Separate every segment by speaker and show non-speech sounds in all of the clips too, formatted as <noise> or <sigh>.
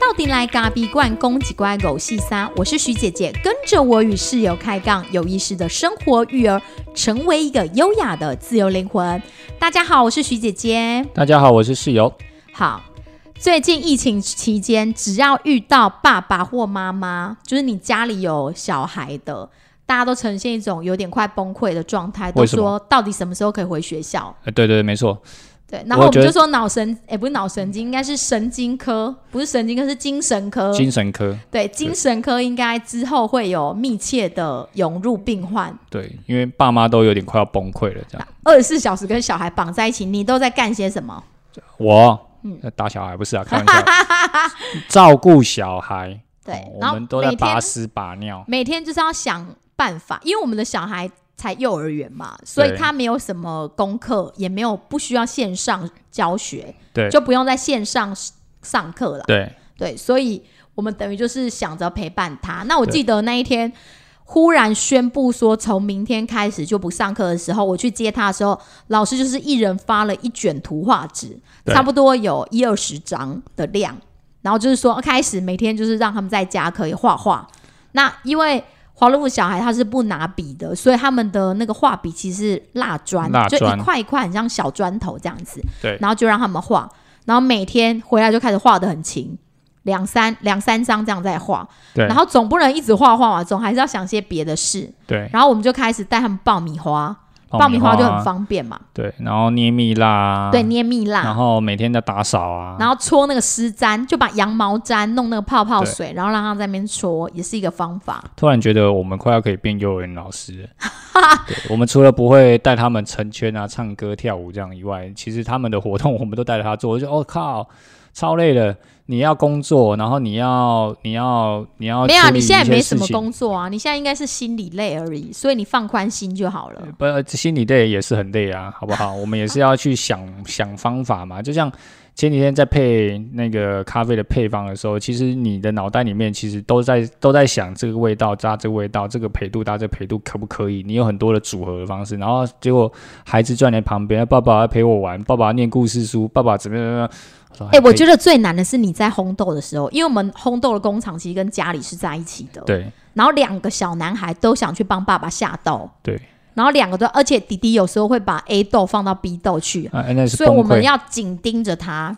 Speaker 1: 到底来咖比罐攻几乖狗细撒？我是徐姐姐，跟着我与室友开杠，有意识的生活育儿，成为一个优雅的自由灵魂。大家好，我是徐姐姐。
Speaker 2: 大家好，我是室友。
Speaker 1: 好，最近疫情期间，只要遇到爸爸或妈妈，就是你家里有小孩的，大家都呈现一种有点快崩溃的状态，都
Speaker 2: 为什么
Speaker 1: 说到底什么时候可以回学校？
Speaker 2: 呃，对对对，没错，
Speaker 1: 对，然后
Speaker 2: 我
Speaker 1: 我们
Speaker 2: 觉得
Speaker 1: 就说脑神，哎、不是脑神经，应该是神经科，不是神经科，是精神科。
Speaker 2: 精神科。
Speaker 1: 对，精神科应该之后会有密切的涌入病患，
Speaker 2: 对，因为爸妈都有点快要崩溃了，这样。
Speaker 1: 二十四小时跟小孩绑在一起，你都在干些什么？
Speaker 2: 我、
Speaker 1: 嗯
Speaker 2: 呃打小孩不是啊，开玩笑，
Speaker 1: <laughs>
Speaker 2: 照顾小孩。
Speaker 1: 对，然
Speaker 2: 哦我
Speaker 1: 后
Speaker 2: 们都在
Speaker 1: 每天
Speaker 2: 把屎把尿。
Speaker 1: 每天就是要想办法，因为我们的小孩才幼儿园嘛，所以
Speaker 2: 对
Speaker 1: 他没有什么功课，也没有不需要线上教学，
Speaker 2: 对
Speaker 1: 就不用在线上上课了。
Speaker 2: 对，
Speaker 1: 对，所以我们等于就是想着陪伴他。那我记得那一天忽然宣布说从明天开始就不上课的时候，我去接他的时候，老师就是一人发了一卷图画纸，
Speaker 2: 对
Speaker 1: 差不多有一二十张的量，然后就是说开始每天就是让他们在家可以画画。那因为华乐福小孩他是不拿笔的，所以他们的那个画笔其实是蜡砖，
Speaker 2: 蜡
Speaker 1: 就
Speaker 2: 砖
Speaker 1: 一块一块很像小砖头这样子。
Speaker 2: 对
Speaker 1: 然后就让他们画，然后每天回来就开始画的很勤，两三两三张这样在画。
Speaker 2: 对
Speaker 1: 然后总不能一直画画嘛，总还是要想些别的事。
Speaker 2: 对，
Speaker 1: 然后我们就开始带他们爆米花，爆米花就很。方便嘛，
Speaker 2: 啊对，然后捏蜜蜡啊。
Speaker 1: 对，。捏蜜蜡，
Speaker 2: 然后每天在打扫啊。
Speaker 1: 然后搓那个湿毡，就把羊毛毡弄那个泡泡
Speaker 2: 对
Speaker 1: 水，然后让他在那边搓，也是一个方法。
Speaker 2: 突然觉得我们快要可以变幼儿园
Speaker 1: <laughs>
Speaker 2: 老师了。对，我们除了不会带他们成圈啊、唱歌、跳舞这样以外，其实他们的活动我们都带着他做。我就哦靠，超累了！你要工作，然后你要你要你要
Speaker 1: 没有啊，
Speaker 2: 处理
Speaker 1: 你现在
Speaker 2: 一
Speaker 1: 也没
Speaker 2: 些
Speaker 1: 什么
Speaker 2: 事情
Speaker 1: 工作啊，你现在应该是心理累而已，所以你放宽心就好了。
Speaker 2: 不，呃心里累也是很累啊，好不好？我们也是要去想想方法嘛。就像前几天在配那个咖啡的配方的时候，其实你的脑袋里面其实都在都在想这个味道搭这个味道，这个配度搭这个配度可不可以？你有很多的组合的方式，然后结果孩子站在旁边，爸爸要陪我玩，爸爸要念故事书，爸爸怎么样怎么样？说
Speaker 1: 哎、我
Speaker 2: 可以
Speaker 1: 觉得最难的是你在烘豆的时候，因为我们烘豆的工厂其实跟家里是在一起的。。
Speaker 2: 对
Speaker 1: 然后两个小男孩都想去帮爸爸下豆，
Speaker 2: 对
Speaker 1: 然后两个都，而且弟弟有时候会把 A 豆放到 B 豆去，
Speaker 2: 啊，那是
Speaker 1: 所以我
Speaker 2: 崩溃
Speaker 1: 们要紧盯着他。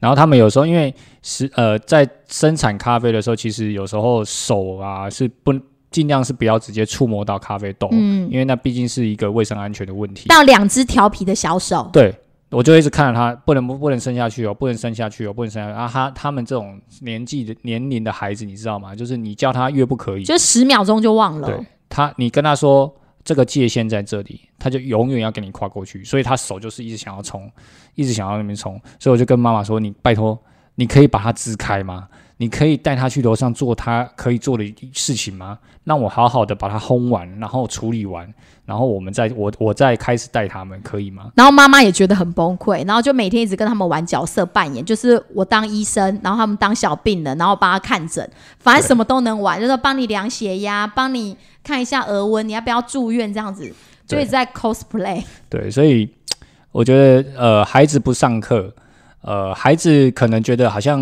Speaker 2: 然后他们有时候因为是呃在生产咖啡的时候，其实有时候手啊是不尽量是不要直接触摸到咖啡豆，
Speaker 1: 嗯，
Speaker 2: 因为那毕竟是一个卫生安全的问题。
Speaker 1: 到两只调皮的小手，
Speaker 2: 对。我就一直看着他，不能不不能生下去哦，不能生下去哦，不能生下去啊！他他们这种年纪的年龄的孩子，你知道吗？就是你叫他越不可以，
Speaker 1: 就十秒钟就忘了
Speaker 2: 对。他，你跟他说这个界限在这里，他就永远要跟你跨过去，所以他手就是一直想要冲，一直想要那边冲，所以我就跟妈妈说：“你拜托，你可以把他支开吗？你可以带他去楼上做他可以做的事情吗？让我好好的把他烘完，然后处理完，然后我们再我我再开始带他们，可以吗？”
Speaker 1: 然后妈妈也觉得很崩溃，然后就每天一直跟他们玩角色扮演，就是我当医生，然后他们当小病人，然后帮他看诊，反正什么都能玩，就是帮你量血压，帮你看一下额温，你要不要住院这样子，就
Speaker 2: 对
Speaker 1: 一直在 cosplay。
Speaker 2: 对，所以我觉得呃，孩子不上课，呃，孩子可能觉得好像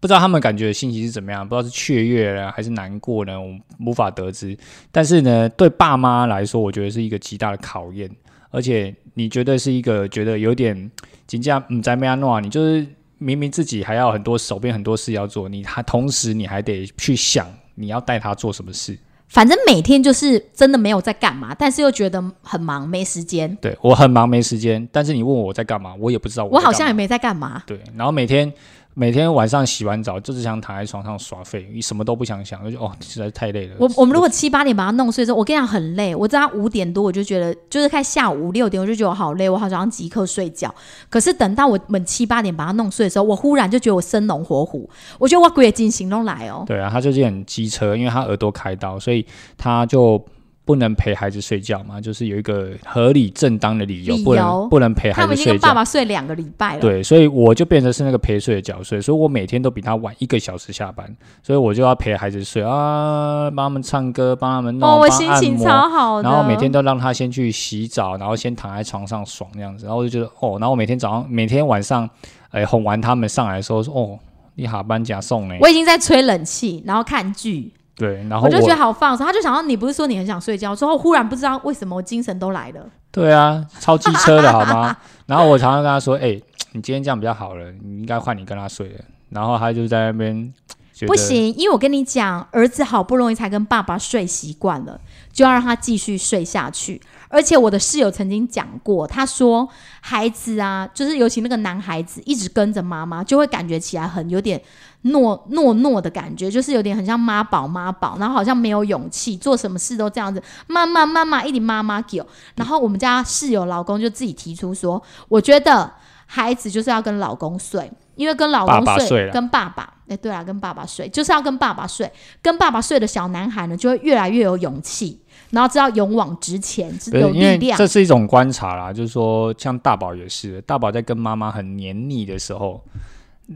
Speaker 2: 不知道他们感觉的心情是怎么样，不知道是雀跃呢还是难过呢，我们无法得知。但是呢，对爸妈来说，我觉得是一个极大的考验，而且你觉得是一个觉得有点紧张，嗯，在梅亚诺，你就是明明自己还要很多手边很多事要做，你还同时你还得去想你要带他做什么事。
Speaker 1: 反正每天就是真的没有在干嘛，但是又觉得很忙，没时间。
Speaker 2: 对我很忙没时间，但是你问我在干嘛，我也不知道
Speaker 1: 我
Speaker 2: 在干
Speaker 1: 好
Speaker 2: 嘛
Speaker 1: 像也没在干嘛，
Speaker 2: 对，然后每天每天晚上洗完澡，就是想躺在床上耍废，什么都不想想，就哦，实在是太累了。
Speaker 1: 我我们如果七八点把它弄碎之后，我跟你讲很累。我知道五点多我就觉得，就是看下午五六点我就觉得我好累，我好想即刻睡觉。可是等到我们七八点把它弄碎的时候，我忽然就觉得我生龙活虎，我觉得我鬼也进行动来哦。
Speaker 2: 对啊，他最近很机车，因为他耳朵开刀，所以他就不能陪孩子睡觉嘛，就是有一个合理正当的理由，
Speaker 1: 理
Speaker 2: 不
Speaker 1: 由
Speaker 2: 能不能陪
Speaker 1: 他
Speaker 2: 孩
Speaker 1: 们
Speaker 2: 子
Speaker 1: 已经
Speaker 2: 睡
Speaker 1: 跟爸
Speaker 2: 觉。
Speaker 1: 爸睡两个礼拜了，
Speaker 2: 对，所以我就变成是那个陪睡的角色，所以我每天都比他晚一个小时下班，所以我就要陪孩子睡啊，帮他们唱歌，帮他们弄，
Speaker 1: 哦，我
Speaker 2: 帮
Speaker 1: 心
Speaker 2: 按
Speaker 1: 情
Speaker 2: 摩
Speaker 1: 超好的，
Speaker 2: 然后每天都让他先去洗澡，然后先躺在床上爽这样子，然后我就觉得哦，然后我每天早上、每天晚上，哎、哄完他们上来的时候说哦，你下班假送呢，
Speaker 1: 我已经在吹冷气，然后看剧，
Speaker 2: 对，然后
Speaker 1: 我就觉得
Speaker 2: 我
Speaker 1: 好放松。他就想到你不是说你很想睡觉，之后忽然不知道为什么我精神都来了，
Speaker 2: 对啊，超机车的好吗？然后我常常跟他说，哎、你今天这样比较好了，你应该换你跟他睡了，然后他就在那边觉得
Speaker 1: 不，行，因为我跟你讲，儿子好不容易才跟爸爸睡习惯了，就要让他继续睡下去。而且我的室友曾经讲过，他说孩子啊，就是尤其那个男孩子一直跟着妈妈，就会感觉起来很有点懦懦懦的感觉，就是有点很像妈宝妈宝，然后好像没有勇气，做什么事都这样子，妈妈妈妈一点妈妈给。然后我们家室友老公就自己提出说，我觉得孩子就是要跟老公睡，因为跟老公
Speaker 2: 爸爸睡啦
Speaker 1: 跟爸爸，哎、对啊，跟爸爸睡就是要跟爸爸睡，跟爸爸睡的小男孩呢，就会越来越有勇气，然后知道勇往直前，知
Speaker 2: 不是
Speaker 1: 有力
Speaker 2: 因为
Speaker 1: 量
Speaker 2: 这。是一种观察啦，就是说像大宝也是，大宝在跟妈妈很黏腻的时候，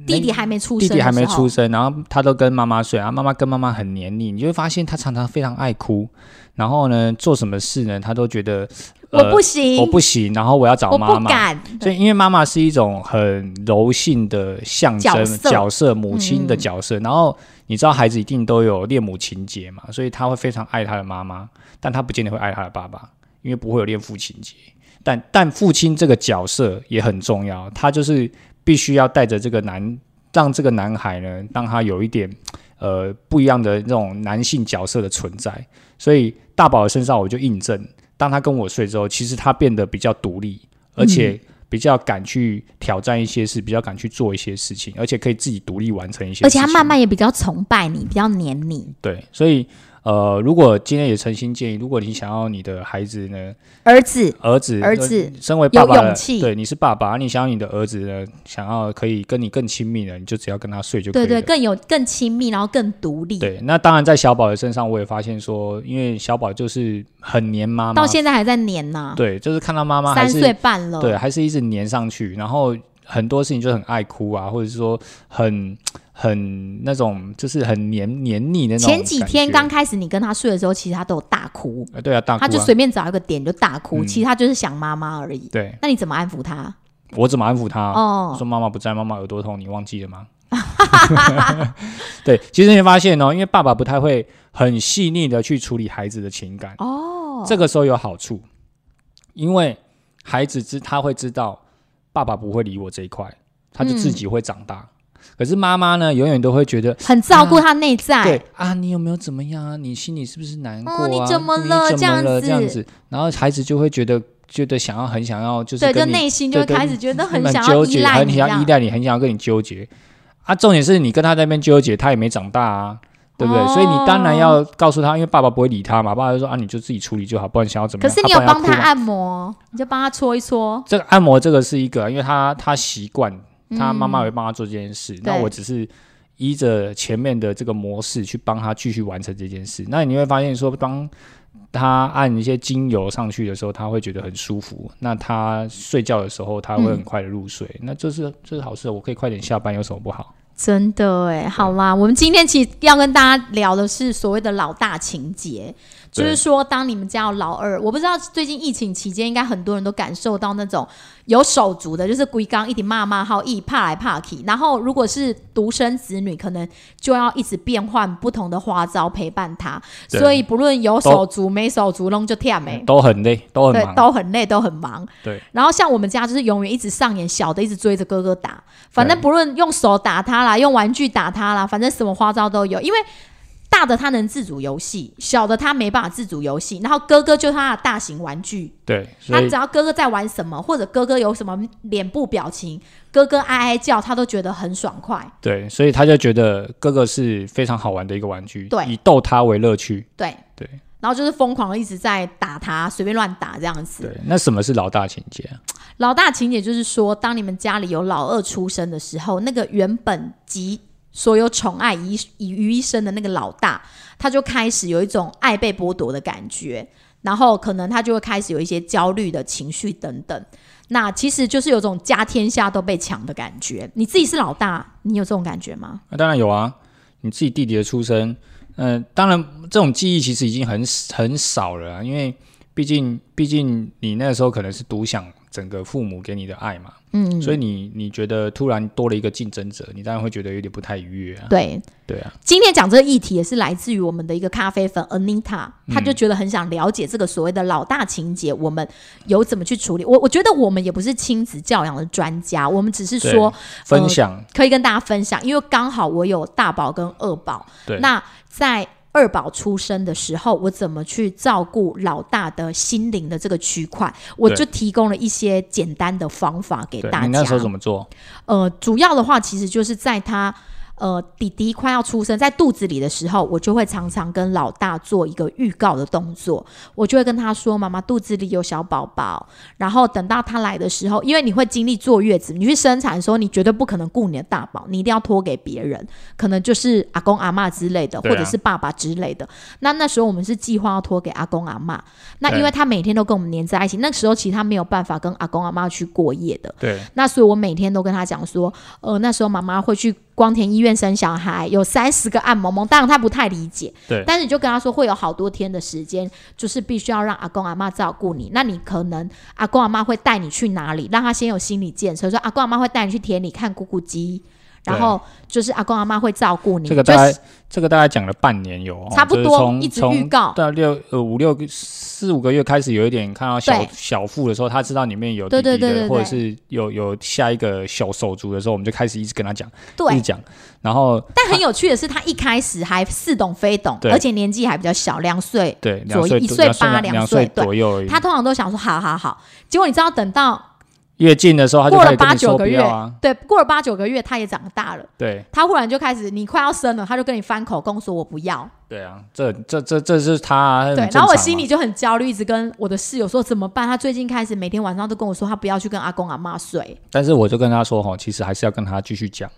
Speaker 1: 弟弟还没出
Speaker 2: 弟
Speaker 1: 生，
Speaker 2: 弟还没出，生，然后他都跟妈妈睡，然后妈妈跟妈妈很黏腻，你就会发现他常常非常爱哭，然后呢，做什么事呢，他都觉得、呃、
Speaker 1: 我不行，
Speaker 2: 我不行，然后我要找
Speaker 1: 我
Speaker 2: 妈
Speaker 1: 不
Speaker 2: 妈。
Speaker 1: 敢，
Speaker 2: 所以，因为妈妈是一种很柔性的象征
Speaker 1: 角色嗯
Speaker 2: 母亲的角色。然后你知道，孩子一定都有恋母情节嘛，所以他会非常爱他的妈妈，但他不见得会爱他的爸爸，因为不会有恋父情节。但但父亲这个角色也很重要，他就是必须要带着这个男，让这个男孩呢，让他有一点呃不一样的那种男性角色的存在。所以大宝的身上我就印证，当他跟我睡之后，其实他变得比较独立，而且
Speaker 1: 嗯
Speaker 2: 比较敢去挑战一些事，比较敢去做一些事情，而且可以自己独立完成一些
Speaker 1: 而且
Speaker 2: 事情。
Speaker 1: 他慢慢也比较崇拜你，比较黏你。
Speaker 2: 对，所以呃，如果今天也诚心建议，如果你想要你的孩子呢，
Speaker 1: 儿子，
Speaker 2: 儿子呃
Speaker 1: 儿子
Speaker 2: 身为爸爸
Speaker 1: 有
Speaker 2: 的
Speaker 1: 勇气
Speaker 2: 对，你是爸爸，你想要你的儿子呢，想要可以跟你更亲密的，你就只要跟他睡就可以
Speaker 1: 对
Speaker 2: 了。
Speaker 1: 对，更有更亲密，然后更独立。
Speaker 2: 对那当然在小宝的身上，我也发现说，因为小宝就是很黏妈妈，
Speaker 1: 到现在还在黏呐、
Speaker 2: 对，就是看到妈妈还
Speaker 1: 三
Speaker 2: 是
Speaker 1: 岁半了，
Speaker 2: 对，还是一直黏上去，然后很多事情就很爱哭啊，或者是说很很那种就是很黏黏腻的那种感
Speaker 1: 前
Speaker 2: 觉。
Speaker 1: 几天刚开始你跟他睡的时候，其实他都有大哭，
Speaker 2: 呃对啊，大哭、
Speaker 1: 他
Speaker 2: 啊、
Speaker 1: 就随便找一个点就大哭，
Speaker 2: 嗯
Speaker 1: 其实他就是想妈妈而已。
Speaker 2: 对
Speaker 1: 那你怎么安抚他？
Speaker 2: 我怎么安抚他？
Speaker 1: 哦，
Speaker 2: 说妈妈不在，妈妈耳朵痛，你忘记了吗？ <laughs> 对，其实你会发现哦，因为爸爸不太会很细腻的去处理孩子的情感，
Speaker 1: 哦，
Speaker 2: 这个时候有好处，因为孩子知他会知道爸爸不会理我这一块，他就自己会长大。
Speaker 1: 嗯
Speaker 2: 可是妈妈呢，永远都会觉得
Speaker 1: 很照顾他内在，
Speaker 2: 对啊，你有没有怎么样啊？你心里是不是难过啊？
Speaker 1: 哎哦你怎么
Speaker 2: 你
Speaker 1: 了
Speaker 2: 怎
Speaker 1: 这
Speaker 2: 么
Speaker 1: 样
Speaker 2: 了这样
Speaker 1: 子
Speaker 2: 子，然后孩子就会觉得觉得想要很想要，就是
Speaker 1: 对，就
Speaker 2: 跟你
Speaker 1: 内心就会
Speaker 2: 对对
Speaker 1: 开始觉得很
Speaker 2: 很
Speaker 1: 想要
Speaker 2: 纠
Speaker 1: 依
Speaker 2: 结，
Speaker 1: 赖
Speaker 2: 很
Speaker 1: 你，啊
Speaker 2: 想要依
Speaker 1: 这样
Speaker 2: 赖你，啊很想要跟你纠结啊。重点是你跟他在那边纠结，他也没长大啊，对
Speaker 1: 哦
Speaker 2: 不对？所以你当然要告诉他，因为爸爸不会理他嘛，爸爸就说啊，你就自己处理就好，不然想要怎么
Speaker 1: 可
Speaker 2: 样？
Speaker 1: 是你
Speaker 2: 啊
Speaker 1: 有
Speaker 2: 不然要
Speaker 1: 帮
Speaker 2: 哭
Speaker 1: 他
Speaker 2: 嘛
Speaker 1: 按摩，你就帮他搓一搓。
Speaker 2: 这个按摩这个是一个，因为他他习惯，他妈妈
Speaker 1: 嗯
Speaker 2: 会帮他做这件事，那
Speaker 1: 对
Speaker 2: 我只是依着前面的这个模式去帮他继续完成这件事。那你会发现说，当他按一些精油上去的时候，他会觉得很舒服。那他睡觉的时候，他会很快的入睡。
Speaker 1: 嗯
Speaker 2: 那这是这是好事，我可以快点下班，有什么不好？
Speaker 1: 真的哎，好啦，我们今天其实要跟大家聊的是所谓的老大情节，就
Speaker 2: 对
Speaker 1: 是说当你们家有老二，我不知道最近疫情期间，应该很多人都感受到那种有手足的，就是龟刚一直骂骂号，一怕来怕去，然后如果是独生子女，可能就要一直变换不同的花招陪伴他，
Speaker 2: 对
Speaker 1: 所以不论有手足没手足，弄就跳没。
Speaker 2: 都很累，都很
Speaker 1: 对，
Speaker 2: 忙。
Speaker 1: 都很累，都很忙。
Speaker 2: 对，
Speaker 1: 然后像我们家就是永远一直上演小的，一直追着哥哥打，反正
Speaker 2: 对
Speaker 1: 不论用手打他啦，用玩具打他啦，反正什么花招都有，因为。大的他能自主游戏，小的他没办法自主游戏。然后哥哥就是他的大型玩具，
Speaker 2: 对，所
Speaker 1: 他
Speaker 2: 以
Speaker 1: 只要哥哥在玩什么，或者哥哥有什么脸部表情，哥哥哀哀叫，他都觉得很爽快。
Speaker 2: 对，所以他就觉得哥哥是非常好玩的一个玩具，
Speaker 1: 对
Speaker 2: 以逗他为乐趣。
Speaker 1: 对
Speaker 2: 对，
Speaker 1: 然后就是疯狂的一直在打他，随便乱打这样子。
Speaker 2: 对，那什么是老大情节啊？
Speaker 1: 老大情节就是说，当你们家里有老二出生的时候，那个原本极所有宠爱于于于一身的那个老大，他就开始有一种爱被剥夺的感觉，然后可能他就会开始有一些焦虑的情绪等等。那其实就是有种家天下都被抢的感觉。你自己是老大，你有这种感觉吗？
Speaker 2: 那、当然有啊，你自己弟弟的出生，嗯、当然这种记忆其实已经很很少了、啊，因为毕竟毕竟你那时候可能是独享整个父母给你的爱嘛，
Speaker 1: 嗯，
Speaker 2: 所以你你觉得突然多了一个竞争者，你当然会觉得有点不太愉悦啊，
Speaker 1: 对，
Speaker 2: 对啊，
Speaker 1: 今天讲这个议题也是来自于我们的一个咖啡粉 Anita，她
Speaker 2: 嗯
Speaker 1: 就觉得很想了解这个所谓的老大情节，我们有怎么去处理。我我觉得我们也不是亲子教养的专家，我们只是说
Speaker 2: 分享，
Speaker 1: 可以跟大家分享，因为刚好我有大宝跟二宝，
Speaker 2: 对
Speaker 1: 那在。二宝出生的时候，我怎么去照顾老大的心灵的这个区块？我
Speaker 2: 对
Speaker 1: 就提供了一些简单的方法给
Speaker 2: 对
Speaker 1: 大家。
Speaker 2: 你那时候怎么做？
Speaker 1: 呃，主要的话其实就是在他呃弟弟快要出生，在肚子里的时候，我就会常常跟老大做一个预告的动作，我就会跟他说：“妈妈肚子里有小宝宝。”然后等到他来的时候，因为你会经历坐月子，你去生产的时候，你绝对不可能顾你的大宝，你一定要托给别人，可能就是阿公阿妈之类的，
Speaker 2: 对
Speaker 1: 或
Speaker 2: 啊
Speaker 1: 者是爸爸之类的。那那时候我们是计划要托给阿公阿妈，那
Speaker 2: 对
Speaker 1: 因为他每天都跟我们黏在一起，那时候其实他没有办法跟阿公阿妈去过夜的。
Speaker 2: 对
Speaker 1: 那所以我每天都跟他讲说，呃，那时候妈妈会去光田医院生小孩，有三十个按摩梦，当然他不太理解，
Speaker 2: 对
Speaker 1: 但是你就跟他说会有好多天的时间，就是必须要让阿公阿妈照顾你。那你可能阿公阿妈会带你去哪里，让他先有心理建设，说阿公阿妈会带你去田里看咕咕鸡。然后就是阿公阿妈会照顾你，
Speaker 2: 这个
Speaker 1: 就
Speaker 2: 大概
Speaker 1: 是
Speaker 2: 这个大概讲了半年有、哦，
Speaker 1: 差不
Speaker 2: 就是
Speaker 1: 多
Speaker 2: 从
Speaker 1: 一直
Speaker 2: 从
Speaker 1: 预告
Speaker 2: 到六呃五六个四五个月开始，有一点看到小
Speaker 1: 对
Speaker 2: 小腹的时候，他知道里面有弟
Speaker 1: 对
Speaker 2: 弟
Speaker 1: 对
Speaker 2: 的，
Speaker 1: 对对对
Speaker 2: 或者是有有下一个小手足的时候，我们就开始一直跟他讲，一直
Speaker 1: 对。
Speaker 2: 讲，然后
Speaker 1: 但很有趣的是，他一开始还似懂非懂，
Speaker 2: 对
Speaker 1: 而且年纪还比较小，两岁
Speaker 2: 对两
Speaker 1: 左
Speaker 2: 岁
Speaker 1: 一
Speaker 2: 多
Speaker 1: 岁
Speaker 2: 两岁
Speaker 1: 八
Speaker 2: 两
Speaker 1: 两
Speaker 2: 岁
Speaker 1: 岁对
Speaker 2: 左右而已，
Speaker 1: 他通常都想说好好好，结果你知道等到
Speaker 2: 越近的时候他就
Speaker 1: 过
Speaker 2: 开
Speaker 1: 了
Speaker 2: 始跟
Speaker 1: 八
Speaker 2: 你说
Speaker 1: 九
Speaker 2: 不
Speaker 1: 个月，
Speaker 2: 要啊，
Speaker 1: 对，过了八九个月他也长大了，
Speaker 2: 对
Speaker 1: 他忽然就开始你快要生了，他就跟你翻口供说我不要，
Speaker 2: 对啊，这这这这是他啊、很
Speaker 1: 对，
Speaker 2: 正
Speaker 1: 然后我
Speaker 2: 常
Speaker 1: 心
Speaker 2: 嘛
Speaker 1: 里就很焦虑，一直跟我的室友说怎么办？他最近开始每天晚上都跟我说他不要去跟阿公阿妈睡，
Speaker 2: 但是我就跟他说哈，其实还是要跟他继续讲，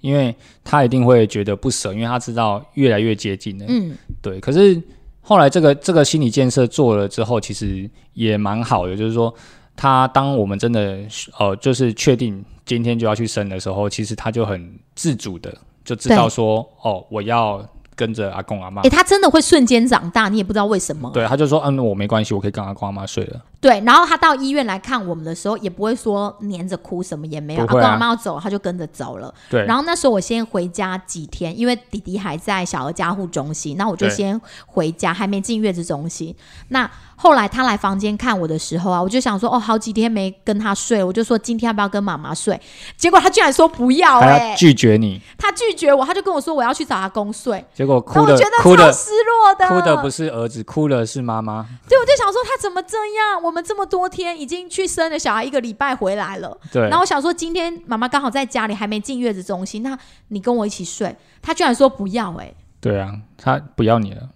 Speaker 2: 因为他一定会觉得不舍，因为他知道越来越接近了。
Speaker 1: 嗯，
Speaker 2: 对。可是后来这个这个心理建设做了之后，其实也蛮好的，就是说他当我们真的呃，就是确定今天就要去生的时候，其实他就很自主的就知道
Speaker 1: 对
Speaker 2: 说哦，我要跟着阿公阿妈
Speaker 1: 诶，。他真的会瞬间长大，你也不知道为什么，
Speaker 2: 啊对，他就说，嗯，我没关系，我可以跟阿公阿妈睡了。
Speaker 1: 对，然后他到医院来看我们的时候，也不会说黏着哭什么也没有，阿
Speaker 2: 不会
Speaker 1: 公
Speaker 2: 啊
Speaker 1: 阿妈要走他就跟着走了。
Speaker 2: 对，
Speaker 1: 然后那时候我先回家几天，因为弟弟还在小儿加护中心，那我就
Speaker 2: 对
Speaker 1: 先回家，还没进月子中心。那后来他来房间看我的时候啊，我就想说，哦，好几天没跟他睡，我就说今天要不要跟妈妈睡？结果他居然说不要、
Speaker 2: 他
Speaker 1: 欸，
Speaker 2: 要拒绝你，
Speaker 1: 他拒绝我，他就跟我说我要去找阿公睡，
Speaker 2: 结果
Speaker 1: 那
Speaker 2: 哭
Speaker 1: 我
Speaker 2: 的
Speaker 1: 觉得
Speaker 2: 哭
Speaker 1: 超
Speaker 2: 的
Speaker 1: 失落的，
Speaker 2: 哭的不是儿子，哭的是妈妈。
Speaker 1: 对，我就想说他怎么这样？我们这么多天已经去生了小孩一个礼拜回来了。
Speaker 2: 对
Speaker 1: 然，后我想说，今天妈妈刚好在家里，还没进月子中心，那你跟我一起睡。她居然说不要、欸，
Speaker 2: 对啊，他不要你了。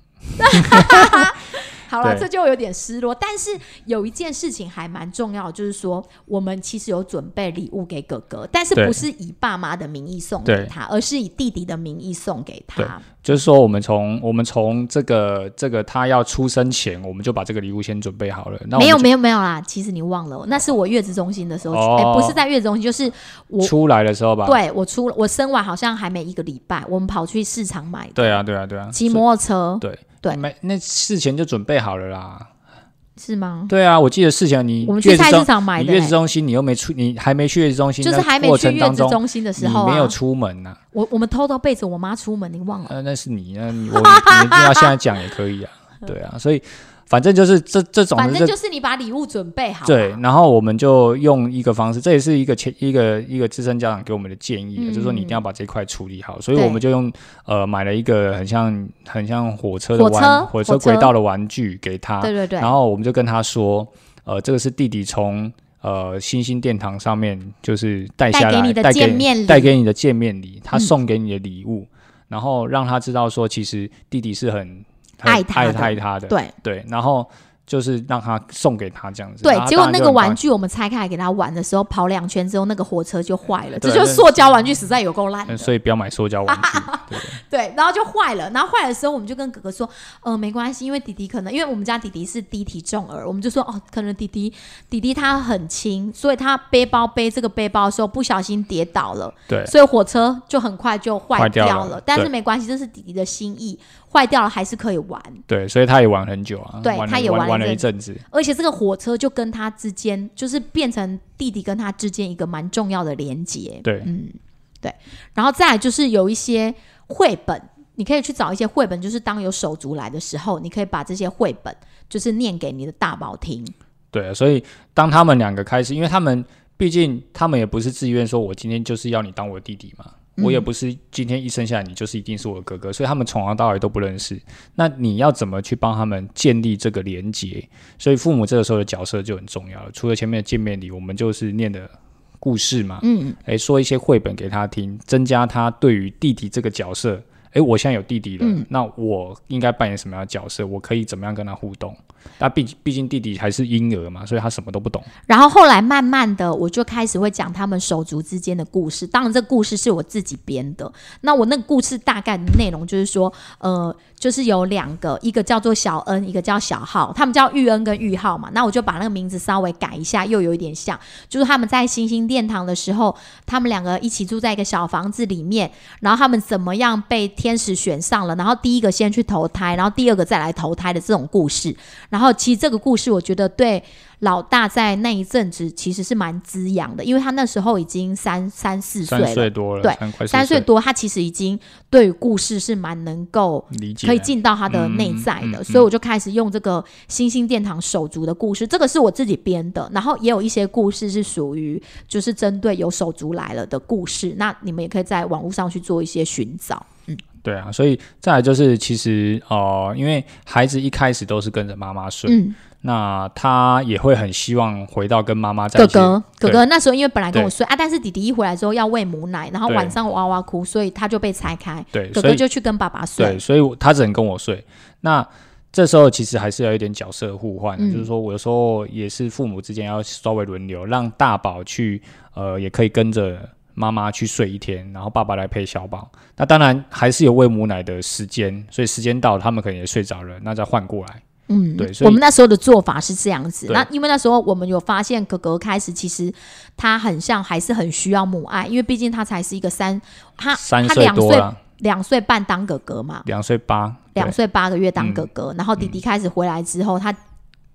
Speaker 1: 好了，
Speaker 2: 对
Speaker 1: 这就有点失落。但是有一件事情还蛮重要，就是说我们其实有准备礼物给哥哥，但是
Speaker 2: 对
Speaker 1: 不是以爸妈的名义送给
Speaker 2: 对
Speaker 1: 他，而是以弟弟的名义送给
Speaker 2: 对
Speaker 1: 他。
Speaker 2: 就是说，我们从我们从这个这个他要出生前，我们就把这个礼物先准备好了。那我们
Speaker 1: 没有
Speaker 2: 就
Speaker 1: 没有没有啦，其实你忘了，那是我月子中心的时候去，
Speaker 2: 哦
Speaker 1: 哎、不是在月子中心，就是我。
Speaker 2: 出来的时候吧。
Speaker 1: 对我出了，我生完好像还没一个礼拜，我们跑去市场买的
Speaker 2: 对啊，对啊，对啊，
Speaker 1: 骑摩托车
Speaker 2: 对
Speaker 1: 对
Speaker 2: 没那事前就准备好了啦。
Speaker 1: 是吗？
Speaker 2: 对啊，我记得事前你
Speaker 1: 我们去
Speaker 2: 月子
Speaker 1: 菜市
Speaker 2: 中
Speaker 1: 场买
Speaker 2: 你
Speaker 1: 的、
Speaker 2: 月子
Speaker 1: 欸，
Speaker 2: 中心，你又没出，你还没去月子中心，
Speaker 1: 就是
Speaker 2: 那
Speaker 1: 还没
Speaker 2: 过
Speaker 1: 去
Speaker 2: 程
Speaker 1: 月
Speaker 2: 当
Speaker 1: 子
Speaker 2: 中
Speaker 1: 中心的时候
Speaker 2: 你没有
Speaker 1: 啊，
Speaker 2: 出门呐、啊。
Speaker 1: 我我们偷偷背着我妈出门，你忘了？
Speaker 2: 呃，那是你，那你我你一定要现在讲也可以啊。
Speaker 1: <laughs>
Speaker 2: 对啊，所以反正就是这这种
Speaker 1: 反
Speaker 2: 的
Speaker 1: 正
Speaker 2: 这
Speaker 1: 就是你把礼物准备好，啊
Speaker 2: 对，，然后我们就用一个方式，这也是一个前一个一个资深家长给我们的建议，
Speaker 1: 嗯
Speaker 2: 就是说你一定要把这块处理好，所以
Speaker 1: 对
Speaker 2: 我们就用呃买了一个很像很像火车的
Speaker 1: 火
Speaker 2: 玩
Speaker 1: 车
Speaker 2: 火车
Speaker 1: 火车
Speaker 2: 轨道的玩具给他，
Speaker 1: 对对对
Speaker 2: 然后我们就跟他说，呃，这个是弟弟从。呃，星星殿堂上面就是带下
Speaker 1: 带
Speaker 2: 来，
Speaker 1: 给你的
Speaker 2: 带给
Speaker 1: 见面礼
Speaker 2: 带给你的见面礼，他
Speaker 1: 嗯
Speaker 2: 送给你的礼物，然后让他知道说，其实弟弟是很很
Speaker 1: 爱他的
Speaker 2: 爱他的，
Speaker 1: 对
Speaker 2: 对，然后就是让他送给他这样子。
Speaker 1: 对
Speaker 2: 然，后他
Speaker 1: 结果
Speaker 2: 当然
Speaker 1: 那
Speaker 2: 就
Speaker 1: 个
Speaker 2: 很高
Speaker 1: 玩具我们拆开来给他玩的时候，跑两圈之后，那个火车就坏了。这
Speaker 2: 对
Speaker 1: 就是塑胶玩具实在有够烂的
Speaker 2: 嗯，。所以不要买塑胶玩具。
Speaker 1: <laughs>
Speaker 2: 对，
Speaker 1: 对，然后就坏了。然后坏的时候，我们就跟哥哥说，呃，没关系，因为弟弟可能，因为我们家弟弟是低体重儿，我们就说，哦，可能弟弟弟弟他很轻，所以他背包背这个背包的时候不小心跌倒了，
Speaker 2: 对
Speaker 1: 所以火车就很快就坏
Speaker 2: 坏掉
Speaker 1: 掉
Speaker 2: 了
Speaker 1: 但是
Speaker 2: 对
Speaker 1: 没关系，这是弟弟的心意，坏掉了还是可以玩。
Speaker 2: 对，所以他也玩很久啊，
Speaker 1: 对
Speaker 2: 玩了
Speaker 1: 他也玩
Speaker 2: 玩
Speaker 1: 了
Speaker 2: 玩了
Speaker 1: 一
Speaker 2: 一阵子。
Speaker 1: 而且这个火车就跟他之间，就是变成弟弟跟他之间一个蛮重要的连接。
Speaker 2: 对
Speaker 1: 嗯，对。然后再来就是有一些绘本，你可以去找一些绘本，就是当有手足来的时候，你可以把这些绘本就是念给你的大宝听。
Speaker 2: 对，啊所以当他们两个开始，因为他们毕竟他们也不是自愿说，我今天就是要你当我弟弟嘛，
Speaker 1: 嗯
Speaker 2: 我也不是今天一生下来你就是一定是我哥哥，所以他们从头到尾都不认识。那你要怎么去帮他们建立这个连结？所以父母这个时候的角色就很重要了。除了前面的见面礼，我们就是念的故事嘛，
Speaker 1: 嗯，
Speaker 2: 诶，说一些绘本给他听，增加他对于弟弟这个角色。诶，我现在有弟弟了，
Speaker 1: 嗯
Speaker 2: 那我应该扮演什么样的角色？我可以怎么样跟他互动？那毕毕竟弟弟还是婴儿嘛，所以他什么都不懂。
Speaker 1: 然后后来慢慢的，我就开始会讲他们手足之间的故事。当然，这故事是我自己编的。那我那个故事大概的内容就是说，呃，就是有两个，一个叫做小恩，一个叫小浩，他们叫玉恩跟玉浩嘛。那我就把那个名字稍微改一下，又有一点像，就是他们在星星殿堂的时候，他们两个一起住在一个小房子里面，然后他们怎么样被天使选上了，然后第一个先去投胎，然后第二个再来投胎的这种故事。然后其实这个故事，我觉得对老大在那一阵子其实是蛮滋养的，因为他那时候已经三三四岁
Speaker 2: 三
Speaker 1: 了，
Speaker 2: 岁多了，
Speaker 1: 对
Speaker 2: 三快四
Speaker 1: 三岁
Speaker 2: 岁
Speaker 1: 多，他其实已经对于故事是蛮能够。
Speaker 2: 理解
Speaker 1: 可以进到他的
Speaker 2: 嗯
Speaker 1: 内在的，所以我就开始用这个星星殿堂手足的故事，这个是我自己编的，然后也有一些故事是属于就是针对有手足来了的故事，那你们也可以在网络上去做一些寻找。
Speaker 2: 对啊，所以再来就是其实呃，因为孩子一开始都是跟着妈妈睡，
Speaker 1: 嗯，
Speaker 2: 那他也会很希望回到跟妈妈在
Speaker 1: 哥
Speaker 2: 一起。
Speaker 1: 哥哥
Speaker 2: 对
Speaker 1: 哥那时候因为本来跟我
Speaker 2: 对
Speaker 1: 睡啊，但是弟弟一回来之后要喂母奶，然后
Speaker 2: 对
Speaker 1: 晚上哇哇哭，所以他就被拆开，
Speaker 2: 对，
Speaker 1: 哥
Speaker 2: 所
Speaker 1: 哥
Speaker 2: 以
Speaker 1: 就去跟爸爸
Speaker 2: 对，
Speaker 1: 睡。
Speaker 2: 所以我他只能跟我睡。那这时候其实还是要有一点角色互换，
Speaker 1: 嗯
Speaker 2: 就是说我有时候也是父母之间要稍微轮流，让大宝去呃也可以跟着妈妈去睡一天，然后爸爸来陪小宝。那当然还是有喂母奶的时间，所以时间到了，他们可能也睡着了，那再换过来。
Speaker 1: 嗯，
Speaker 2: 对所以
Speaker 1: 我们那时候的做法是这样子。
Speaker 2: 对
Speaker 1: 那因为那时候我们有发现哥哥开始其实他很像还是很需要母爱，因为毕竟他才是一个三，他
Speaker 2: 三
Speaker 1: 啊他
Speaker 2: 岁
Speaker 1: 两
Speaker 2: 多
Speaker 1: 岁
Speaker 2: 了，
Speaker 1: 两岁半当哥哥嘛，
Speaker 2: 两岁八，对
Speaker 1: 两岁八个月当哥哥，然后弟弟开始回来之后，他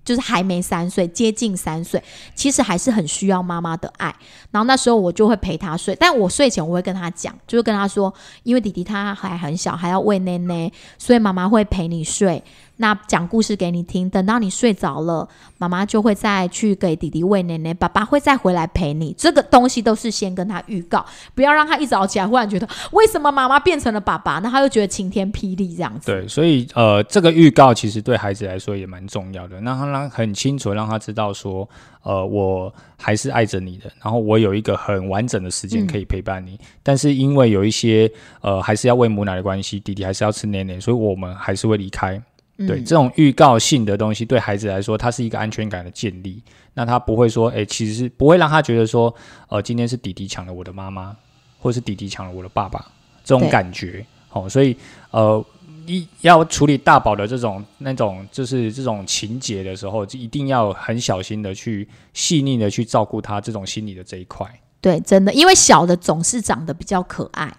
Speaker 1: 就是还没三岁，接近三岁，其实还是很需要妈妈的爱。然后那时候我就会陪他睡，但我睡前我会跟他讲，就是跟他说，因为弟弟他还很小，还要喂奶奶，所以妈妈会陪你睡。那讲故事给你听，等到你睡着了，妈妈就会再去给弟弟喂奶奶，爸爸会再回来陪你。这个东西都是先跟他预告，不要让他一早起来忽然觉得为什么妈妈变成了爸爸，那他又觉得晴天霹雳这样子。
Speaker 2: 对，所以呃，这个预告其实对孩子来说也蛮重要的，让他让很清楚，让他知道说，呃，我还是爱着你的，然后我有一个很完整的时
Speaker 1: 嗯
Speaker 2: 间可以陪伴你。但是因为有一些呃，还是要喂母奶的关系，弟弟还是要吃奶奶，所以我们还是会离开。
Speaker 1: 嗯
Speaker 2: 对，这种预告性的东西对孩子来说，它是一个安全感的建立。那他不会说，哎、其实是不会让他觉得说，呃，今天是弟弟抢了我的妈妈，或是弟弟抢了我的爸爸这种
Speaker 1: 对
Speaker 2: 感觉。好、所以呃，一要处理大宝的这种那种就是这种情节的时候，就一定要很小心的去细腻的去照顾他这种心理的这一块。
Speaker 1: 对，真的，因为小的总是长得比较可爱，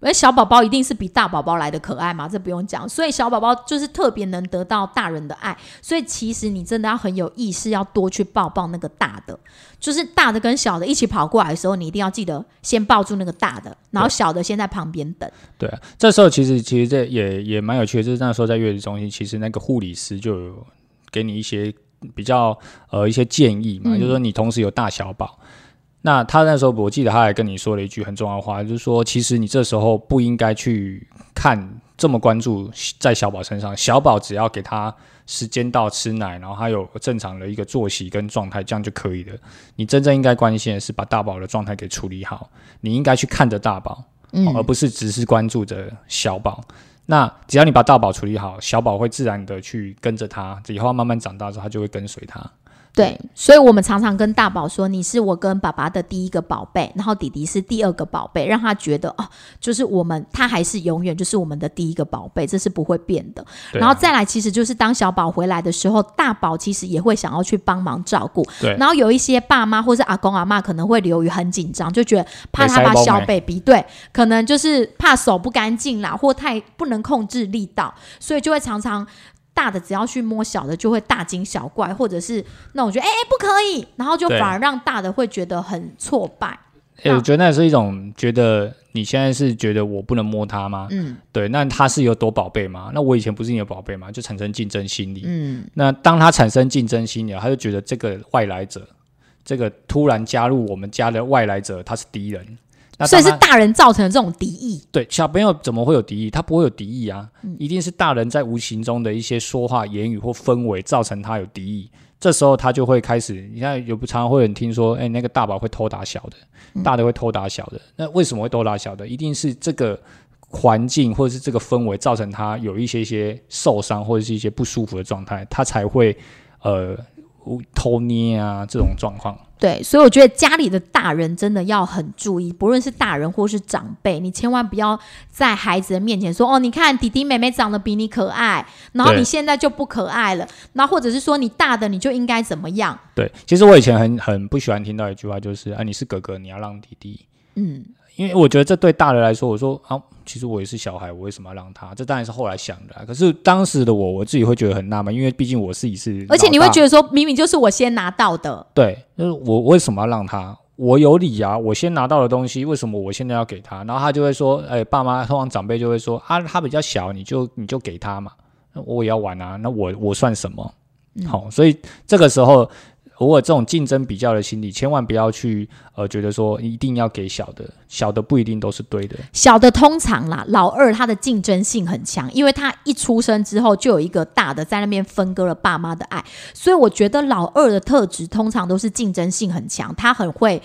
Speaker 1: 而小宝宝一定是比大宝宝来的可爱嘛，这不用讲。所以小宝宝就是特别能得到大人的爱，所以其实你真的要很有意识，要多去抱抱那个大的，就是大的跟小的一起跑过来的时候，你一定要记得先抱住那个大的，然后小的先在旁边等。
Speaker 2: 对啊，这时候其实其实这也也蛮有趣的，就是那时候在月子中心，其实那个护理师就有给你一些比较呃一些建议嘛，
Speaker 1: 嗯
Speaker 2: 就是说你同时有大小宝。那他那时候我记得他还跟你说了一句很重要的话，就是说其实你这时候不应该去看这么关注在小宝身上，小宝只要给他时间到吃奶，然后他有正常的一个作息跟状态，这样就可以了。你真正应该关心的是把大宝的状态给处理好，你应该去看着大宝，
Speaker 1: 嗯
Speaker 2: 而不是只是关注着小宝。那只要你把大宝处理好，小宝会自然的去跟着他，以后慢慢长大之后，他就会跟随他。
Speaker 1: 对，所以我们常常跟大宝说，你是我跟爸爸的第一个宝贝，然后弟弟是第二个宝贝，让他觉得哦，就是我们他还是永远就是我们的第一个宝贝，这是不会变的。
Speaker 2: 对
Speaker 1: 然后
Speaker 2: 啊
Speaker 1: 再来，其实就是当小宝回来的时候，大宝其实也会想要去帮忙照顾。
Speaker 2: 对
Speaker 1: 然后有一些爸妈或是阿公阿妈可能会流于很紧张，就觉得怕他
Speaker 2: 没塞
Speaker 1: 把
Speaker 2: 崩
Speaker 1: 小
Speaker 2: 欸
Speaker 1: baby 对，可能就是怕手不干净啦，或太不能控制力道，所以就会常常。大的只要去摸小的，就会大惊小怪，或者是那种觉得哎、哎不可以，然后就
Speaker 2: 对
Speaker 1: 反而让大的会觉得很挫败。
Speaker 2: 诶、
Speaker 1: 那
Speaker 2: 我觉得那是一种觉得你现在是觉得我不能摸它吗？
Speaker 1: 嗯
Speaker 2: 对，那它是有多宝贝吗？那我以前不是你的宝贝吗？就产生竞争心理。
Speaker 1: 嗯，
Speaker 2: 那当他产生竞争心理，他就觉得这个外来者，这个突然加入我们家的外来者，他是敌人。那
Speaker 1: 所以
Speaker 2: 当
Speaker 1: 是
Speaker 2: 他
Speaker 1: 大人造成的这种敌意。
Speaker 2: 对小朋友怎么会有敌意？他不会有敌意啊，一定是大人在无形中的一些说话、言语或氛围造成他有敌意。这时候他就会开始，你看有不常常会有人听说，哎、那个大宝会偷打小的，大的会偷打小的。那为什么会偷打小的？一定是这个环境或者是这个氛围造成他有一些些受伤或者是一些不舒服的状态，他才会呃偷捏啊这种状况。
Speaker 1: 对，所以我觉得家里的大人真的要很注意，不论是大人或是长辈，你千万不要在孩子的面前说：“哦，你看弟弟妹妹长得比你可爱，然后
Speaker 2: 对
Speaker 1: 你现在就不可爱了。”然后或者是说你大的你就应该怎么样？
Speaker 2: 对，其实我以前很很不喜欢听到一句话，就是啊，你是哥哥，你要让弟弟。
Speaker 1: 嗯，
Speaker 2: 因为我觉得这对大人来说，我说啊，其实我也是小孩，我为什么要让他？这当然是后来想的啊、可是当时的我，我自己会觉得很纳闷，因为毕竟我自己是老大，
Speaker 1: 而且你会觉得说，明明就是我先拿到的，
Speaker 2: 对，就是我为什么要让他？我有理啊，我先拿到的东西，为什么我现在要给他？然后他就会说，哎、爸妈通常长辈就会说啊，他比较小，你就你就给他嘛，那我也要玩啊，那我我算什么？
Speaker 1: 嗯
Speaker 2: 好、所以这个时候。偶尔这种竞争比较的心理，千万不要去呃觉得说一定要给小的，小的不一定都是对的。
Speaker 1: 小的通常啦，老二他的竞争性很强，因为他一出生之后就有一个大的在那边分割了爸妈的爱，所以我觉得老二的特质通常都是竞争性很强，他很会。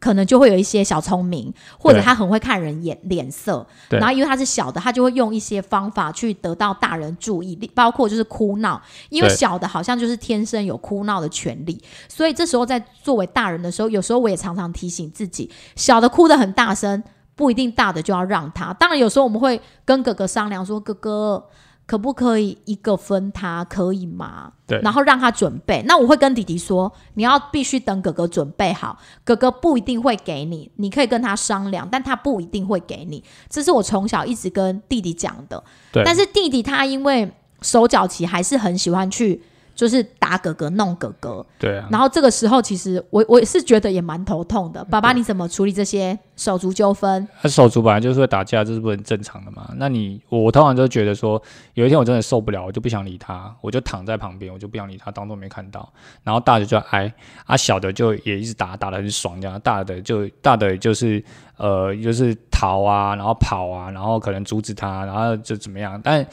Speaker 1: 可能就会有一些小聪明，或者
Speaker 2: 对
Speaker 1: 他很会看人眼脸色，
Speaker 2: 对
Speaker 1: 然后因为他是小的，他就会用一些方法去得到大人注意，包括就是哭闹，因为
Speaker 2: 对
Speaker 1: 小的好像就是天生有哭闹的权利，所以这时候在作为大人的时候，有时候我也常常提醒自己，小的哭得很大声，不一定大的就要让他。当然，有时候我们会跟哥哥商量说：“哥哥，可不可以一个分他？可以吗？”
Speaker 2: 对
Speaker 1: 然后让他准备。那我会跟弟弟说：“你要必须等哥哥准备好，哥哥不一定会给你，你可以跟他商量，但他不一定会给你。”这是我从小一直跟弟弟讲的。
Speaker 2: 对
Speaker 1: 但是弟弟他因为手脚齐，还是很喜欢去。就是打哥哥弄哥哥，
Speaker 2: 对啊，
Speaker 1: 然后这个时候其实我我也是觉得也蛮头痛的。爸爸你怎么处理这些手足纠纷？
Speaker 2: 那手足本来就是会打架，这是不是很正常的嘛？那你我我通常就觉得说，有一天我真的受不了，我就不想理他，我就躺在旁边，我就不想理他，当做没看到。然后大的就挨，啊小的就也一直打，打的很爽这样。大的就大的就是呃就是逃啊，然后跑啊，然后可能阻止他，然后就怎么样？但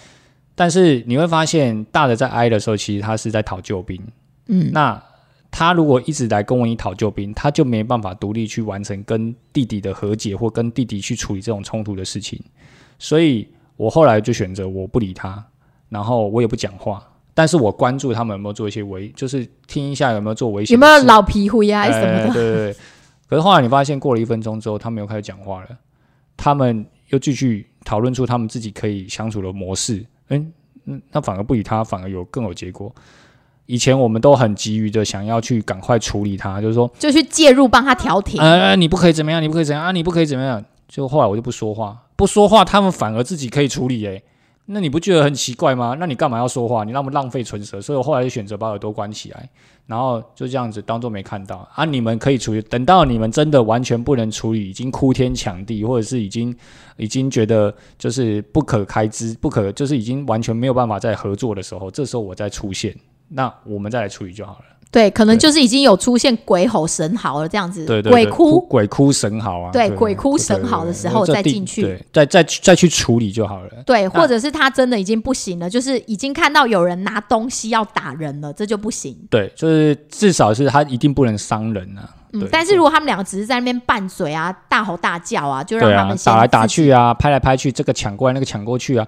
Speaker 2: 但是你会发现，大的在挨的时候，其实他是在讨救兵。
Speaker 1: 嗯，
Speaker 2: 那他如果一直来跟我一讨救兵，他就没办法独立去完成跟弟弟的和解或跟弟弟去处理这种冲突的事情。所以我后来就选择我不理他，然后我也不讲话，但是我关注他们有没有做一些危，就是听一下有没有做危险
Speaker 1: 有
Speaker 2: 的
Speaker 1: 没
Speaker 2: 事，
Speaker 1: 有老皮灰啊什么
Speaker 2: 哎
Speaker 1: 的？
Speaker 2: 对对对。可是后来你发现，过了一分钟之后，他们又开始讲话了，他们又继续讨论出他们自己可以相处的模式。嗯嗯，那反而不理他，反而有更有结果。以前我们都很急于的想要去赶快处理他，就是说，
Speaker 1: 就去介入帮他调停。
Speaker 2: 呃，你不可以怎么样，你不可以怎样啊，你不可以怎么样。就后来我就不说话，不说话，他们反而自己可以处理、欸。那你不觉得很奇怪吗？那你干嘛要说话？你那么浪费唇舌。所以我后来就选择把耳朵关起来，然后就这样子当做没看到啊。你们可以处理，等到你们真的完全不能处理，已经哭天抢地，或者是已经已经觉得就是不可开支、不可就是已经完全没有办法再合作的时候，这时候我再出现，那我们再来处理就好了。
Speaker 1: 对，可能就是已经有出现鬼吼神嚎了这样子，
Speaker 2: 对对对
Speaker 1: 鬼哭。
Speaker 2: 鬼哭神嚎啊，
Speaker 1: 对鬼哭神嚎的时候
Speaker 2: 对对对
Speaker 1: 再进去
Speaker 2: 对，再再去再去处理就好了。
Speaker 1: 对，或者是他真的已经不行了，就是已经看到有人拿东西要打人了，这就不行。
Speaker 2: 对，就是至少是他一定不能伤人啊。
Speaker 1: 嗯
Speaker 2: 对，
Speaker 1: 但是如果他们两个只是在那边拌嘴啊、大吼大叫啊，就让
Speaker 2: 对
Speaker 1: 他
Speaker 2: 啊
Speaker 1: 们，先
Speaker 2: 打来打
Speaker 1: 自己
Speaker 2: 去啊，拍来拍去，这个抢过来，那个抢过去啊，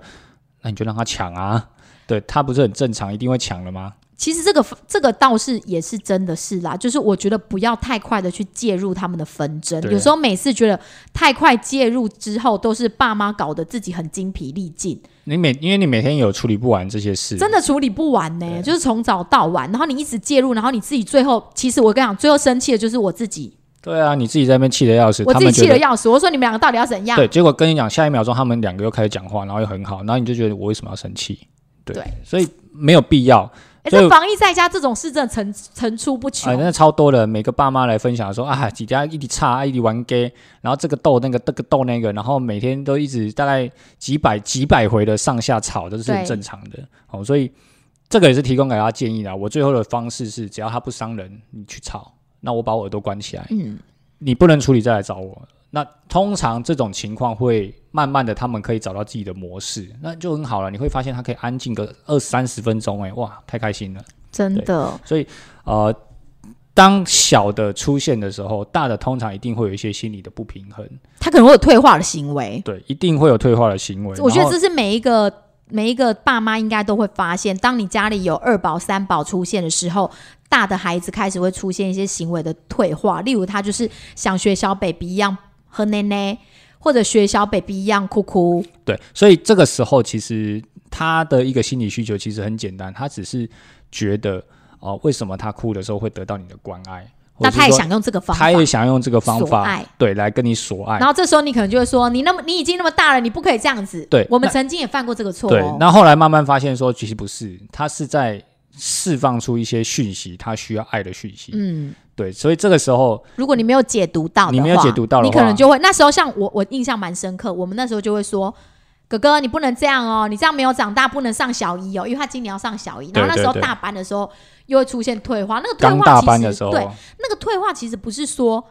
Speaker 2: 那你就让他抢啊。对他不是很正常，一定会抢的吗？
Speaker 1: 其实这个这个倒是也是真的是啦，就是我觉得不要太快的去介入他们的纷争。
Speaker 2: 对啊
Speaker 1: 有时候每次觉得太快介入之后，都是爸妈搞得自己很精疲力尽，
Speaker 2: 你每因为你每天有处理不完这些事，
Speaker 1: 真的处理不完呢、就是从早到晚，然后你一直介入，然后你自己最后，其实我跟你讲，最后生气的就是我自己，
Speaker 2: 对啊，你自己在那边气得要死，
Speaker 1: 我
Speaker 2: 他
Speaker 1: 自己
Speaker 2: 们觉
Speaker 1: 气得
Speaker 2: 得
Speaker 1: 要死。我说你们两个到底要怎样？
Speaker 2: 对，结果跟你讲，下一秒钟他们两个又开始讲话，然后又很好，然后你就觉得我为什么要生气？对，
Speaker 1: 对
Speaker 2: 所以没有必要。
Speaker 1: 哎，
Speaker 2: 所以
Speaker 1: 这防疫在家这种事真的层层出不穷。
Speaker 2: 啊，真的超多人，每个爸妈来分享说啊，几家一直差，啊一直玩 gay，然后这个斗那个，这个斗那个，然后每天都一直大概几百几百回的上下吵，这是很
Speaker 1: 对
Speaker 2: 正常的。哦，所以这个也是提供给大家建议啦。我最后的方式是，只要他不伤人，你去吵，那我把我耳朵关起来，
Speaker 1: 嗯，
Speaker 2: 你不能处理再来找我。那通常这种情况会慢慢的，他们可以找到自己的模式，那就很好了。你会发现他可以安静个二三十分钟、哎，哇，太开心了。
Speaker 1: 真
Speaker 2: 对
Speaker 1: 的，
Speaker 2: 呃，当小的出现的时候，大的通常一定会有一些心理的不平衡，
Speaker 1: 他可能会有退化的行为。
Speaker 2: 对，一定会有退化的行为。
Speaker 1: 我觉得
Speaker 2: 然后
Speaker 1: 这是每一个每一个爸妈应该都会发现，当你家里有二宝、三宝出现的时候，大的孩子开始会出现一些行为的退化，例如他就是想学小 baby 一样喝奶奶，或者学小 baby 一样哭哭。
Speaker 2: 对，所以这个时候其实他的一个心理需求其实很简单，他只是觉得哦、为什么他哭的时候会得到你的关爱？或
Speaker 1: 那
Speaker 2: 者是
Speaker 1: 他也
Speaker 2: 说
Speaker 1: 想用这个方法
Speaker 2: 他也想用这个方
Speaker 1: 索
Speaker 2: 法
Speaker 1: 爱，
Speaker 2: 对，来跟你索爱
Speaker 1: 然。后这时候你可能就会说：“你那么你已经那么大了，你不可以这样子。”
Speaker 2: 对
Speaker 1: 我们
Speaker 2: 那
Speaker 1: 曾经也犯过这个错、
Speaker 2: 对
Speaker 1: 哦。，
Speaker 2: 那后来慢慢发现说，其实不是，他是在释放出一些讯息，他需要爱的讯息。
Speaker 1: 嗯，
Speaker 2: 对，所以这个时候
Speaker 1: 如果你没有解读到的话，
Speaker 2: 你没有解读到的
Speaker 1: 你可
Speaker 2: 话
Speaker 1: 能就会那时候像我，我印象蛮深刻，我们那时候就会说。哥哥，你不能这样哦！你这样没有长大，不能上小一哦，因为他今年要上小一。然后那
Speaker 2: 对
Speaker 1: 时候
Speaker 2: 对
Speaker 1: 大班的时候又会出现退化，那个退
Speaker 2: 刚大
Speaker 1: 化其
Speaker 2: 班
Speaker 1: 实
Speaker 2: 的时候，
Speaker 1: 对那个退化其实不是说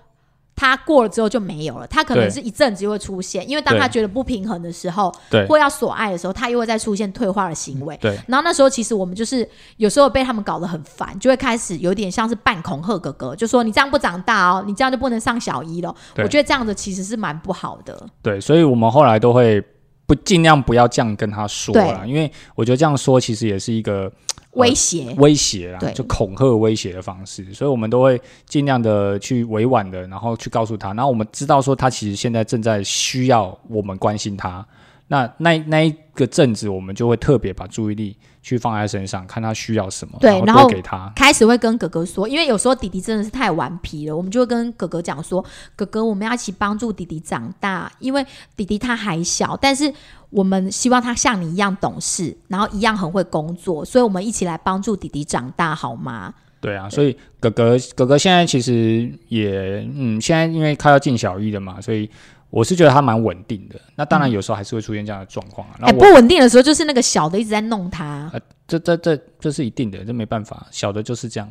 Speaker 1: 他过了之后就没有了，他可能
Speaker 2: 对
Speaker 1: 是一阵子又会出现，因为当
Speaker 2: 对
Speaker 1: 他觉得不平衡的时候，
Speaker 2: 对
Speaker 1: 或要索爱的时候，他又会再出现退化的行为。
Speaker 2: 对，
Speaker 1: 然后那时候其实我们就是有时候被他们搞得很烦，就会开始有点像是半恐吓哥哥，就说你这样不长大哦，你这样就不能上小一了。
Speaker 2: 对
Speaker 1: 我觉得这样子其实是蛮不好的。
Speaker 2: 对，所以我们后来都会不尽量不要这样跟他说啦，因为我觉得这样说其实也是一个
Speaker 1: 威胁，
Speaker 2: 威胁啦，
Speaker 1: 对
Speaker 2: 就恐吓威胁的方式，所以我们都会尽量的去委婉的，然后去告诉他，然后我们知道说他其实现在正在需要我们关心他。那那那一个阵子，我们就会特别把注意力去放在他身上，看他需要什么，
Speaker 1: 对
Speaker 2: 然
Speaker 1: 然
Speaker 2: 后
Speaker 1: 后
Speaker 2: 多给他。
Speaker 1: 开始会跟哥哥说，因为有时候弟弟真的是太顽皮了，我们就会跟哥哥讲说，哥哥，我们要一起帮助弟弟长大，因为弟弟他还小，但是我们希望他像你一样懂事，然后一样很会工作，所以我们一起来帮助弟弟长大好吗？
Speaker 2: 对啊，所以哥哥哥哥现在其实也嗯，现在因为快要进小一了嘛，所以我是觉得他蛮稳定的。那当然有时候还是会出现这样的状况啊。
Speaker 1: 哎、
Speaker 2: 那
Speaker 1: 不
Speaker 2: 我
Speaker 1: 稳定的时候就是那个小的一直在弄他，
Speaker 2: 这这这这是一定的，这没办法，小的就是这样。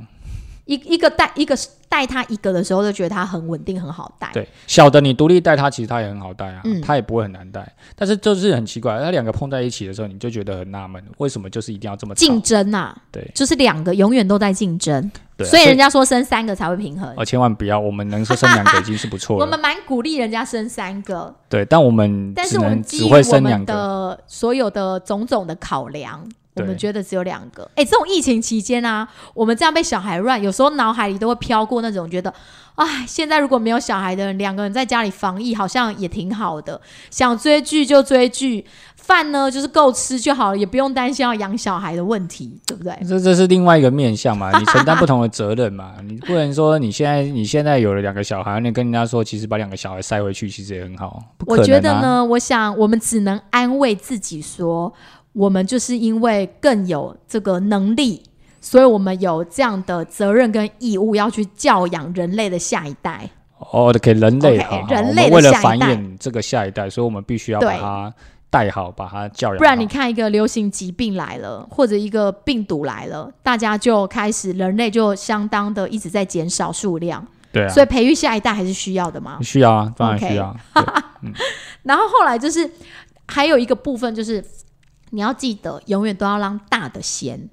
Speaker 1: 一一个带一个带他一个的时候，就觉得他很稳定，很好带。
Speaker 2: 对，小的你独立带他，其实他也很好带啊，
Speaker 1: 哎嗯
Speaker 2: 他也不会很难带。但是就是很奇怪，他两个碰在一起的时候，你就觉得很纳闷，为什么就是一定要这么吵
Speaker 1: 竞？争啊，
Speaker 2: 对
Speaker 1: 就是两个永远都在竞争，
Speaker 2: 对啊、
Speaker 1: 所以人家说生三个才会平衡。
Speaker 2: 哦，千万不要，我们能说生两个已经是不错
Speaker 1: <laughs> 我
Speaker 2: 了
Speaker 1: 们。蛮鼓励人家生三个，
Speaker 2: 对，但我们
Speaker 1: 但
Speaker 2: 只
Speaker 1: 是我
Speaker 2: 能
Speaker 1: 们
Speaker 2: 只
Speaker 1: 基于
Speaker 2: 会
Speaker 1: 我
Speaker 2: 生两
Speaker 1: 们
Speaker 2: 个。
Speaker 1: 的所有的种种的考量，啊我
Speaker 2: 对
Speaker 1: 们觉得只有两个。哎，这种疫情期间啊，我们这样被小孩乱，有时候脑海里都会飘过那种觉得，哎，现在如果没有小孩的人，两个人在家里防疫好像也挺好的，想追剧就追剧，饭呢就是够吃就好了，也不用担心要养小孩的问题，对不对？
Speaker 2: 这这是另外一个面向嘛，你承担不同的责任嘛，你不能说你现在你现在有了两个小孩，你跟人家说其实把两个小孩塞回去其实也很好，不可
Speaker 1: 我
Speaker 2: 能、啊、
Speaker 1: 觉得呢，我想我们只能安慰自己说，我们就是因为更有这个能力，所以我们有这样的责任跟义务要去教养人类的下一代。
Speaker 2: 哦，OK，人类
Speaker 1: OK，
Speaker 2: 好，好
Speaker 1: 人
Speaker 2: 我
Speaker 1: 类
Speaker 2: 们
Speaker 1: 的
Speaker 2: 为了
Speaker 1: 下一
Speaker 2: 繁
Speaker 1: 代
Speaker 2: 衍这个下一代，所以我们必须要把
Speaker 1: 对
Speaker 2: 它带好，把它教养好。
Speaker 1: 不然你看，一个流行疾病来了，或者一个病毒来了，大家就开始人类就相当的一直在减少数量，
Speaker 2: 对啊，
Speaker 1: 所以培育下一代还是需要的嘛。
Speaker 2: 需要啊，当然
Speaker 1: OK
Speaker 2: 需要啊。对
Speaker 1: 然后后来就是还有一个部分就是，你要记得永远都要让大的先。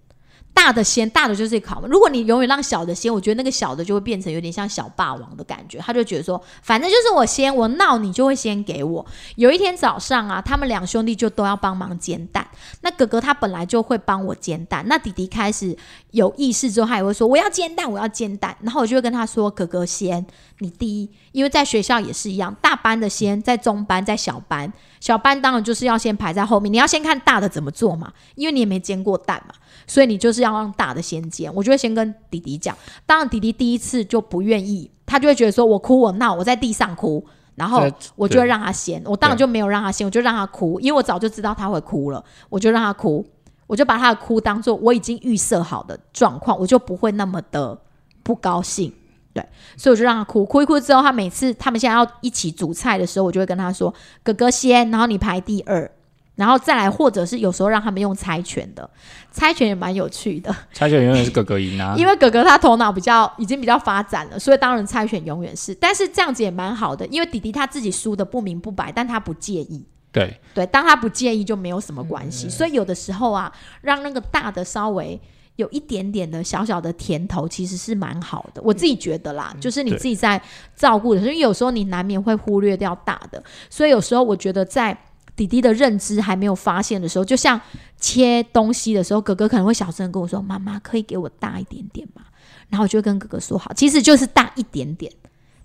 Speaker 1: 大的先，大的就是考嘛。如果你永远让小的先，我觉得那个小的就会变成有点像小霸王的感觉，他就觉得说，反正就是我先，我闹你就会先给我。有一天早上啊，他们两兄弟就都要帮忙煎蛋。那哥哥他本来就会帮我煎蛋，那弟弟开始有意识之后，他也会说我要煎蛋，我要煎蛋。然后我就会跟他说，哥哥先，你第一，因为在学校也是一样，大班的先，在中班，在小班，小班当然就是要先排在后面，你要先看大的怎么做嘛，因为你也没煎过蛋嘛，所以你就是要让大的先煎。我就会先跟弟弟讲，当然弟弟第一次就不愿意，他就会觉得说我哭我闹，我在地上哭。然后
Speaker 2: 对
Speaker 1: 我就会让他先，我当然
Speaker 2: 对
Speaker 1: 就没有让他先，我就让他哭，因为我早就知道他会哭了，我就让他哭，我就把他的哭当做我已经预设好的状况，我就不会那么的不高兴。对，所以我就让他哭，哭一哭之后，他每次他们现在要一起煮菜的时候，我就会跟他说：“哥哥先，然后你排第二，然后再来，或者是有时候让他们用猜拳的，猜拳也蛮有趣的。”
Speaker 2: 猜拳永远是哥哥赢啊
Speaker 1: <laughs> ，因为哥哥他头脑比较已经比较发展了，所以当然猜拳永远是，但是这样子也蛮好的，因为弟弟他自己输的不明不白，但他不介意。
Speaker 2: 对，
Speaker 1: 对，当他不介意就没有什么关系。所以有的时候啊，让那个大的稍微有一点点的小小的甜头，其实是蛮好的。我自己觉得啦，就是你
Speaker 2: 对
Speaker 1: 自己在照顾的时候，因为有时候你难免会忽略掉大的，所以有时候我觉得在。弟弟的认知还没有发现的时候，就像切东西的时候，哥哥可能会小声地跟我说：“妈妈，可以给我大一点点吗？”然后我就会跟哥哥说：“好。”其实就是大一点点，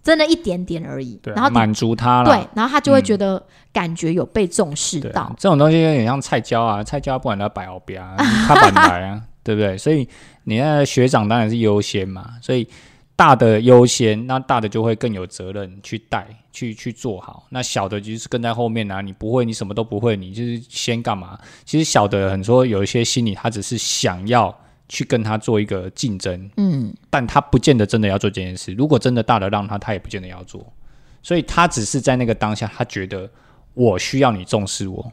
Speaker 1: 真的一点点而已。
Speaker 2: 对啊，
Speaker 1: 然后弟
Speaker 2: 满足他了。
Speaker 1: 对，然后他就会
Speaker 2: 嗯
Speaker 1: 觉得感觉有被重视
Speaker 2: 对
Speaker 1: 到
Speaker 2: 啊，。这种东西有点像菜椒啊，菜椒不管它摆好边啊，它板白啊，对不对？所以你那学长当然是优先嘛，所以大的优先，那大的就会更有责任去带、去去做好。那小的就是跟在后面啊，你不会，你什么都不会，你就是先干嘛？其实小的很多有一些心理，他只是想要去跟他做一个竞争，
Speaker 1: 嗯，
Speaker 2: 但他不见得真的要做这件事。如果真的大的让他，他也不见得要做。所以他只是在那个当下，他觉得我需要你重视我，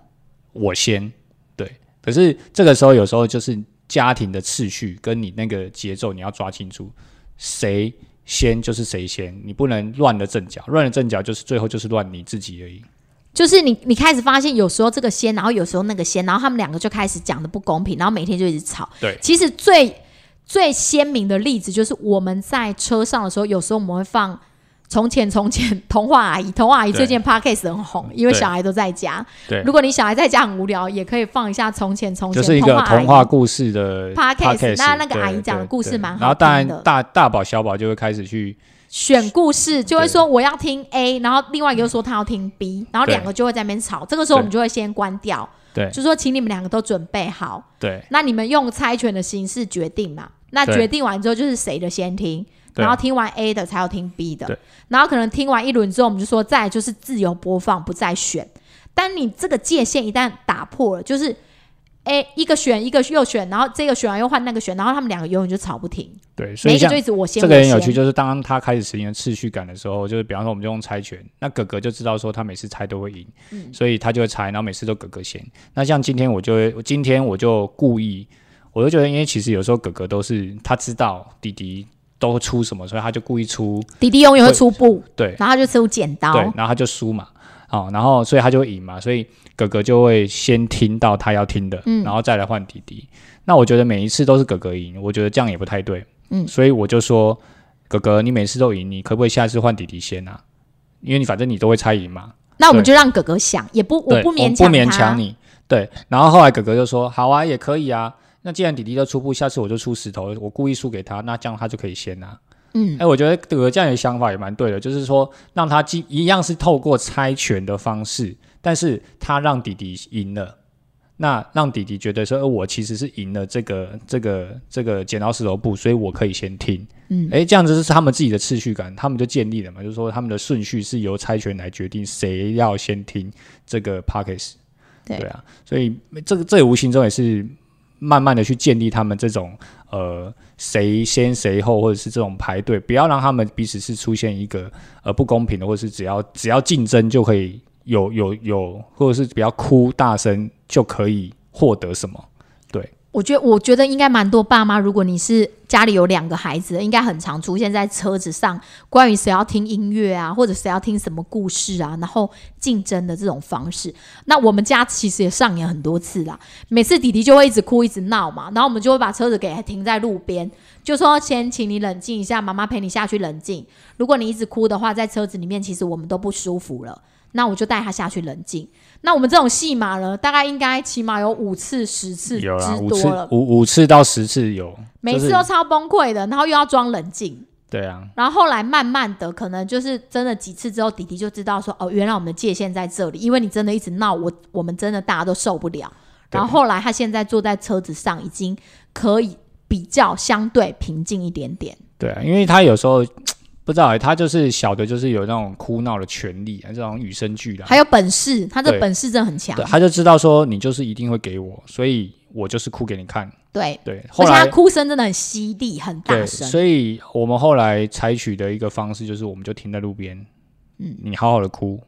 Speaker 2: 我先对。可是这个时候，有时候就是家庭的次序跟你那个节奏，你要抓清楚，谁先就是谁先，你不能乱了阵脚，乱了阵脚就是最后就是乱你自己而已。
Speaker 1: 就是你你开始发现有时候这个先，然后有时候那个先，然后他们两个就开始讲的不公平，然后每天就一直吵。
Speaker 2: 对
Speaker 1: 其实最最鲜明的例子就是我们在车上的时候，有时候我们会放《从前从前》童话阿姨，童话阿姨
Speaker 2: 对
Speaker 1: 最近 podcast 很红，因为
Speaker 2: 对
Speaker 1: 小孩都在家。
Speaker 2: 对
Speaker 1: 如，果你小孩在家很无聊，也可以放一下《从前从
Speaker 2: 就
Speaker 1: 前》
Speaker 2: 是一个
Speaker 1: 童话
Speaker 2: 童话
Speaker 1: 阿姨。
Speaker 2: 故事的
Speaker 1: Podcast，那那个
Speaker 2: 对
Speaker 1: 阿姨讲的
Speaker 2: 对
Speaker 1: 故事
Speaker 2: 对
Speaker 1: 蛮好
Speaker 2: 然后当
Speaker 1: 听的
Speaker 2: 然大大宝小宝就会开始去
Speaker 1: 选故事就会说我要听
Speaker 2: 嗯
Speaker 1: A，然后另外一个就说他要听 B，然后两个就会在那边吵。这个时候我们就会先关掉，
Speaker 2: 对
Speaker 1: 就说请你们两个都准备好。
Speaker 2: 对
Speaker 1: 那你们用猜拳的形式决定嘛？那
Speaker 2: 对
Speaker 1: 决定完之后就是谁的先听，
Speaker 2: 对
Speaker 1: 然后听完 A 的才有听 B 的
Speaker 2: 对，
Speaker 1: 然后可能听完一轮之后，我们就说再来就是自由播放，不再选。但你这个界限一旦打破了，就是 A 一个选一个又选，然后这个选完又换那个选，然后他们两个永远就吵不停，
Speaker 2: 对，所
Speaker 1: 每
Speaker 2: 以
Speaker 1: 一个
Speaker 2: 像
Speaker 1: 就一直我先
Speaker 2: 这个
Speaker 1: 我
Speaker 2: 很有
Speaker 1: 先
Speaker 2: 趣，就是当他开始实行次序感的时候，就是比方说我们就用猜拳，那哥哥就知道说他每次猜都会赢，
Speaker 1: 嗯
Speaker 2: 所以他就会猜，然后每次都哥哥先。那像今天我就会，今天我就故意，我就觉得，因为其实有时候哥哥都是他知道弟弟都会出什么，所以他就故意出，
Speaker 1: 弟弟永远会出布，
Speaker 2: 对
Speaker 1: 然后他就出剪
Speaker 2: 对
Speaker 1: 刀，，
Speaker 2: 然后他就输嘛，好、然后所以他就会赢嘛，所以哥哥就会先听到他要听的，
Speaker 1: 嗯
Speaker 2: 然后再来换弟弟。那我觉得每一次都是哥哥赢，我觉得这样也不太对，
Speaker 1: 嗯
Speaker 2: 所以我就说，哥哥，你每次都赢，你可不可以下次换弟弟先啊？因为你反正你都会猜赢嘛，
Speaker 1: 那我们就让哥哥想，也不
Speaker 2: 对，
Speaker 1: 不勉
Speaker 2: 我
Speaker 1: 强
Speaker 2: 不勉
Speaker 1: 他
Speaker 2: 强你。对，然后后来哥哥就说：“好啊，也可以啊。那既然弟弟都出布，下次我就出石头，我故意输给他，那这样他就可以先啊。”
Speaker 1: 嗯，
Speaker 2: 哎，我觉得哥哥这样的想法也蛮对的，就是说让他既一样是透过猜拳的方式，但是他让弟弟赢了。那让弟弟觉得说，呃我其实是赢了这个这个这个剪刀石头布，所以我可以先听。
Speaker 1: 嗯
Speaker 2: 哎，这样子就是他们自己的次序感，他们就建立了嘛，就是说他们的顺序是由猜拳来决定谁要先听这个 p a c k a g e
Speaker 1: 对
Speaker 2: 啊，所以这个这也无形中也是慢慢的去建立他们这种呃谁先谁后，或者是这种排队，不要让他们彼此是出现一个呃不公平的，或者是只要只要竞争就可以有有有，或者是比较哭大声就可以获得什么。对，
Speaker 1: 我觉得，我觉得应该蛮多爸妈，如果你是家里有两个孩子的，应该很常出现在车子上关于谁要听音乐啊，或者谁要听什么故事啊，然后竞争的这种方式。那我们家其实也上演很多次啦，每次弟弟就会一直哭一直闹嘛，然后我们就会把车子给他停在路边，就说先请你冷静一下，妈妈陪你下去冷静。如果你一直哭的话，在车子里面其实我们都不舒服了。那我就带他下去冷静。那我们这种戏码呢，大概应该起码有五次、十次之
Speaker 2: 有啦，五
Speaker 1: 多
Speaker 2: 次
Speaker 1: 了，
Speaker 2: 五五次到十次有，
Speaker 1: 每次
Speaker 2: 就
Speaker 1: 都
Speaker 2: 是
Speaker 1: 超崩溃的，然后又要装冷静，
Speaker 2: 对啊，
Speaker 1: 然后后来慢慢的，可能就是真的几次之后，弟弟就知道说，哦，原来我们的界限在这里，因为你真的一直闹，我我们真的大家都受不了。
Speaker 2: 对
Speaker 1: 然后后来他现在坐在车子上，已经可以比较相对平静一点点。
Speaker 2: 对啊，因为他有时候不知道欸、他就是小的，就是有那种哭闹的权利，啊这种与生俱来。
Speaker 1: 还有本事，他的
Speaker 2: 对
Speaker 1: 本事真的很强
Speaker 2: 对，，他就知道说你就是一定会给我，所以我就是哭给你看。
Speaker 1: 对，
Speaker 2: 对，后
Speaker 1: 而且他
Speaker 2: 来
Speaker 1: 哭声真的很犀利，很大
Speaker 2: 对，
Speaker 1: 声。
Speaker 2: 所以我们后来采取的一个方式就是，我们就停在路边，嗯，你好好的哭，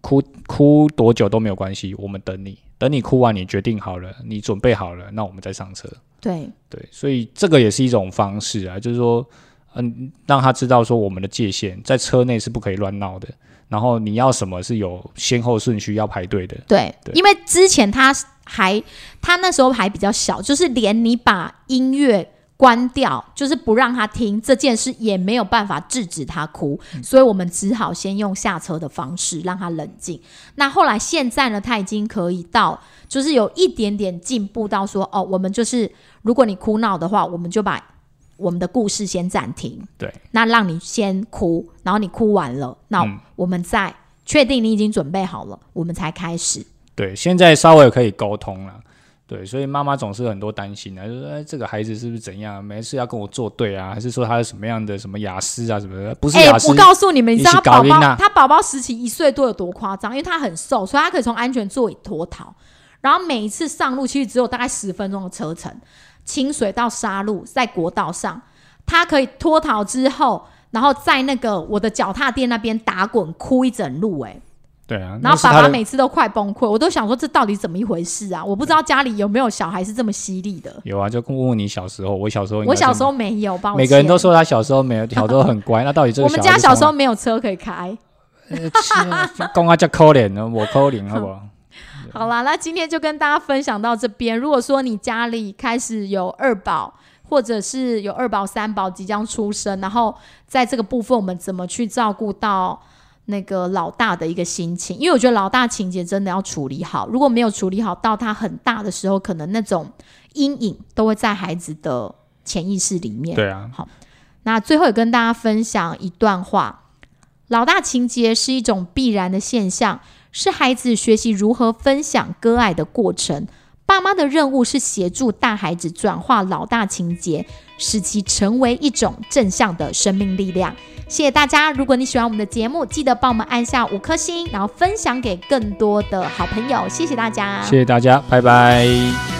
Speaker 2: 哭哭多久都没有关系，我们等你，等你哭完，你决定好了，你准备好了，那我们再上车。
Speaker 1: 对，
Speaker 2: 对，所以这个也是一种方式啊，就是说，嗯，让他知道说我们的界限，在车内是不可以乱闹的，然后你要什么是有先后顺序要排队的，
Speaker 1: 对，
Speaker 2: 对
Speaker 1: 因为之前他还他那时候还比较小，就是连你把音乐关掉，就是不让他听这件事，也没有办法制止他哭，
Speaker 2: 嗯
Speaker 1: 所以我们只好先用下车的方式让他冷静。那后来现在呢，他已经可以到，就是有一点点进步到说，哦，我们就是如果你哭闹的话，我们就把我们的故事先暂停，
Speaker 2: 对，
Speaker 1: 那让你先哭，然后你哭完了，那
Speaker 2: 嗯
Speaker 1: 我们再。确定你已经准备好了，我们才开始。
Speaker 2: 对，现在稍微可以沟通了。对，所以妈妈总是很多担心啊，就说、哎、这个孩子是不是怎样，每次要跟我作对啊，还是说他是什么样的什么雅思啊什么的，不是
Speaker 1: 哎、
Speaker 2: 雅思，
Speaker 1: 我告诉你们，你知道他宝
Speaker 2: 你是高音
Speaker 1: 宝，
Speaker 2: 啊
Speaker 1: 他宝宝时期一岁多有多夸张？因为他很瘦，所以他可以从安全座椅脱逃。然后每一次上路其实只有大概十分钟的车程，清水到沙路在国道上，他可以脱逃之后，然后在那个我的脚踏垫那边打滚哭一整路、哎，
Speaker 2: 对啊，
Speaker 1: 然
Speaker 2: 那
Speaker 1: 后
Speaker 2: 是
Speaker 1: 爸
Speaker 2: 他
Speaker 1: 爸
Speaker 2: 的
Speaker 1: 每次都快崩溃，我都想说这到底怎么一回事啊？我不知道家里有没有小孩是这么犀利的，
Speaker 2: 有啊，就问问你小时候，我小时候应该
Speaker 1: 我
Speaker 2: 是
Speaker 1: 小时候没有，帮我
Speaker 2: 每个人
Speaker 1: 切
Speaker 2: 都说他小时候没有，小时候很乖，那到底这个
Speaker 1: 我们
Speaker 2: 孩
Speaker 1: 家
Speaker 2: 子
Speaker 1: 小
Speaker 2: 从
Speaker 1: 时候没有车可以开。
Speaker 2: 讲哎啊叫可怜呢，我可怜好
Speaker 1: <laughs>
Speaker 2: 不好？
Speaker 1: 好啦，那今天就跟大家分享到这边。如果说你家里开始有二宝，或者是有二宝、三宝即将出生，然后在这个部分，我们怎么去照顾到那个老大的一个心情？因为我觉得老大情节真的要处理好，如果没有处理好，到他很大的时候，可能那种阴影都会在孩子的潜意识里面。
Speaker 2: 对啊，
Speaker 1: 那最后也跟大家分享一段话：老大情节是一种必然的现象，是孩子学习如何分享割爱的过程。爸妈的任务是协助大孩子转化老大情节，使其成为一种正向的生命力量。谢谢大家！如果你喜欢我们的节目，记得帮我们按下五颗星，然后分享给更多的好朋友。谢谢大家，
Speaker 2: 谢谢大家，拜拜。